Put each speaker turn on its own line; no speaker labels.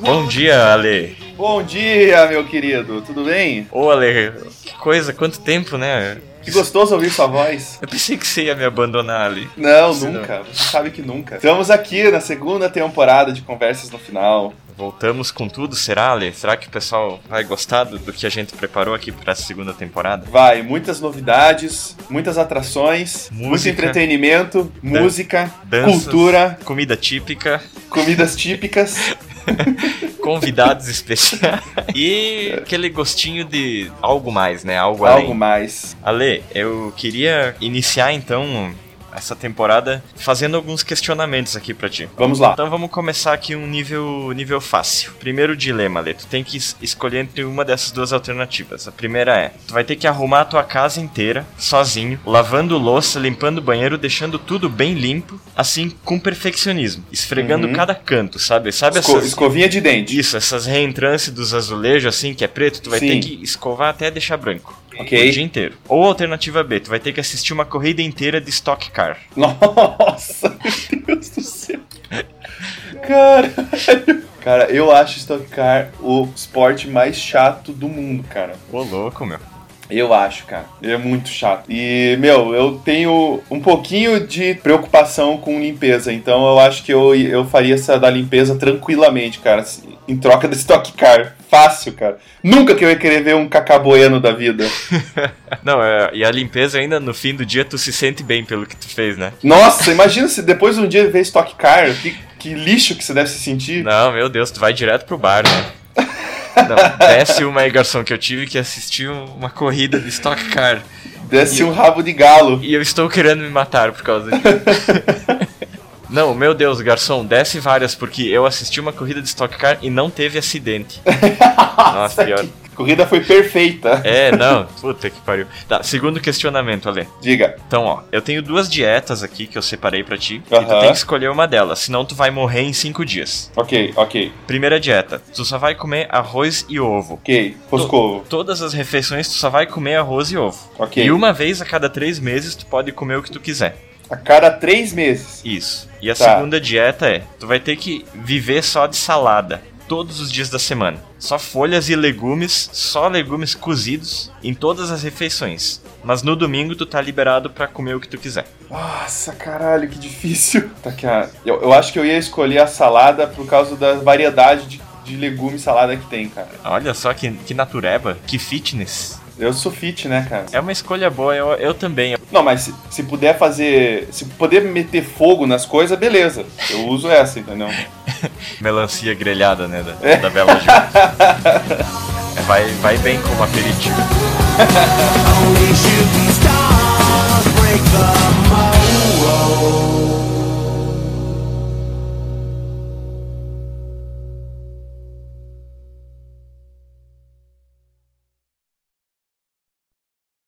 Bom dia, Ale.
Bom dia, meu querido. Tudo bem?
Ô, Ale, que coisa, quanto tempo, né?
Que gostoso ouvir sua voz.
Eu pensei que você ia me abandonar, Ale.
Não,
Você não.
nunca. Você sabe que nunca. Estamos aqui na segunda temporada de Conversas no Final.
Voltamos com tudo, será, Ale? Será que o pessoal vai gostar do, do que a gente preparou aqui pra segunda temporada?
Vai, muitas novidades, muitas atrações, muito
Música.
entretenimento, música,
Danças,
cultura,
Comida típica,
comidas típicas.
convidados especiais e aquele gostinho de algo mais, né? Algo,
Algo
além.
mais.
Ale, eu queria iniciar então essa temporada fazendo alguns questionamentos aqui pra ti.
Vamos lá.
Então vamos começar aqui um nível, nível fácil. Primeiro dilema, Lê. Tu tem que es- escolher entre uma dessas duas alternativas. A primeira é: tu vai ter que arrumar a tua casa inteira, sozinho, lavando louça, limpando o banheiro, deixando tudo bem limpo, assim com perfeccionismo, esfregando
Uhum.
cada canto, sabe? Sabe
Esco-
essas
Escovinha de dente.
isso, essas reentrâncias dos azulejos assim, que é preto, tu vai
Sim.
ter que escovar até deixar branco. O
Ok.
dia inteiro. Ou alternativa B, tu vai ter que assistir uma corrida inteira de Stock Car.
Nossa, meu Deus do céu. Caralho. Cara, eu acho Stock Car o esporte mais chato do mundo, cara.
Ô, louco, meu.
Eu acho, cara. É muito chato. E, meu, eu tenho um pouquinho de preocupação com limpeza. Então eu acho que eu, eu faria essa da limpeza tranquilamente, cara. assim, Em troca desse Stock Car. Fácil, cara. Nunca que eu ia querer ver um cacaboeno da vida.
Não, é, e a limpeza ainda no fim do dia tu se sente bem pelo que tu fez, né?
Nossa, imagina se depois de um dia ver Stock Car. Que, que lixo que você deve se sentir.
Não, meu Deus, tu vai direto pro bar, né? Não, desce uma aí, garçom, que eu tive que assistir um- uma corrida de Stock Car.
Desce um rabo de galo.
E eu estou querendo me matar por causa disso. Não, meu Deus, garçom, desce várias, porque eu assisti uma corrida de Stock Car e não teve acidente. Nossa, pior.
A corrida foi perfeita.
É, não, puta que pariu. Tá, segundo questionamento, Ale.
Diga.
Então, ó, eu tenho duas dietas aqui que eu separei pra ti. E tu
Aham.
tem que escolher uma delas, senão tu vai morrer em cinco dias.
Ok, ok,
Primeira dieta, tu só vai comer arroz e ovo.
ok. Roscovo.
Todas as refeições tu só vai comer arroz e ovo.
Ok.
E uma vez a cada três meses tu pode comer o que tu quiser.
A cada três meses.
Isso. E a
Tá.
segunda dieta é: tu vai ter que viver só de salada. Todos os dias da semana. Só folhas e legumes, só legumes cozidos em todas as refeições. Mas no domingo tu tá liberado pra comer o que tu quiser.
Nossa, caralho, que difícil. Tá aqui, ah, eu, eu acho que eu ia escolher a salada por causa da variedade de, de legume e salada que tem, cara.
Olha só que, que natureba, que fitness.
Eu sou fit, né, cara?
É uma escolha boa, eu, eu também.
Não, mas se, se puder fazer. Se puder meter fogo nas coisas, beleza. Eu uso essa, entendeu?
Melancia grelhada, né? Da, da Bela Gil. vai, vai bem como aperitivo.
Only shooting stars break the mold.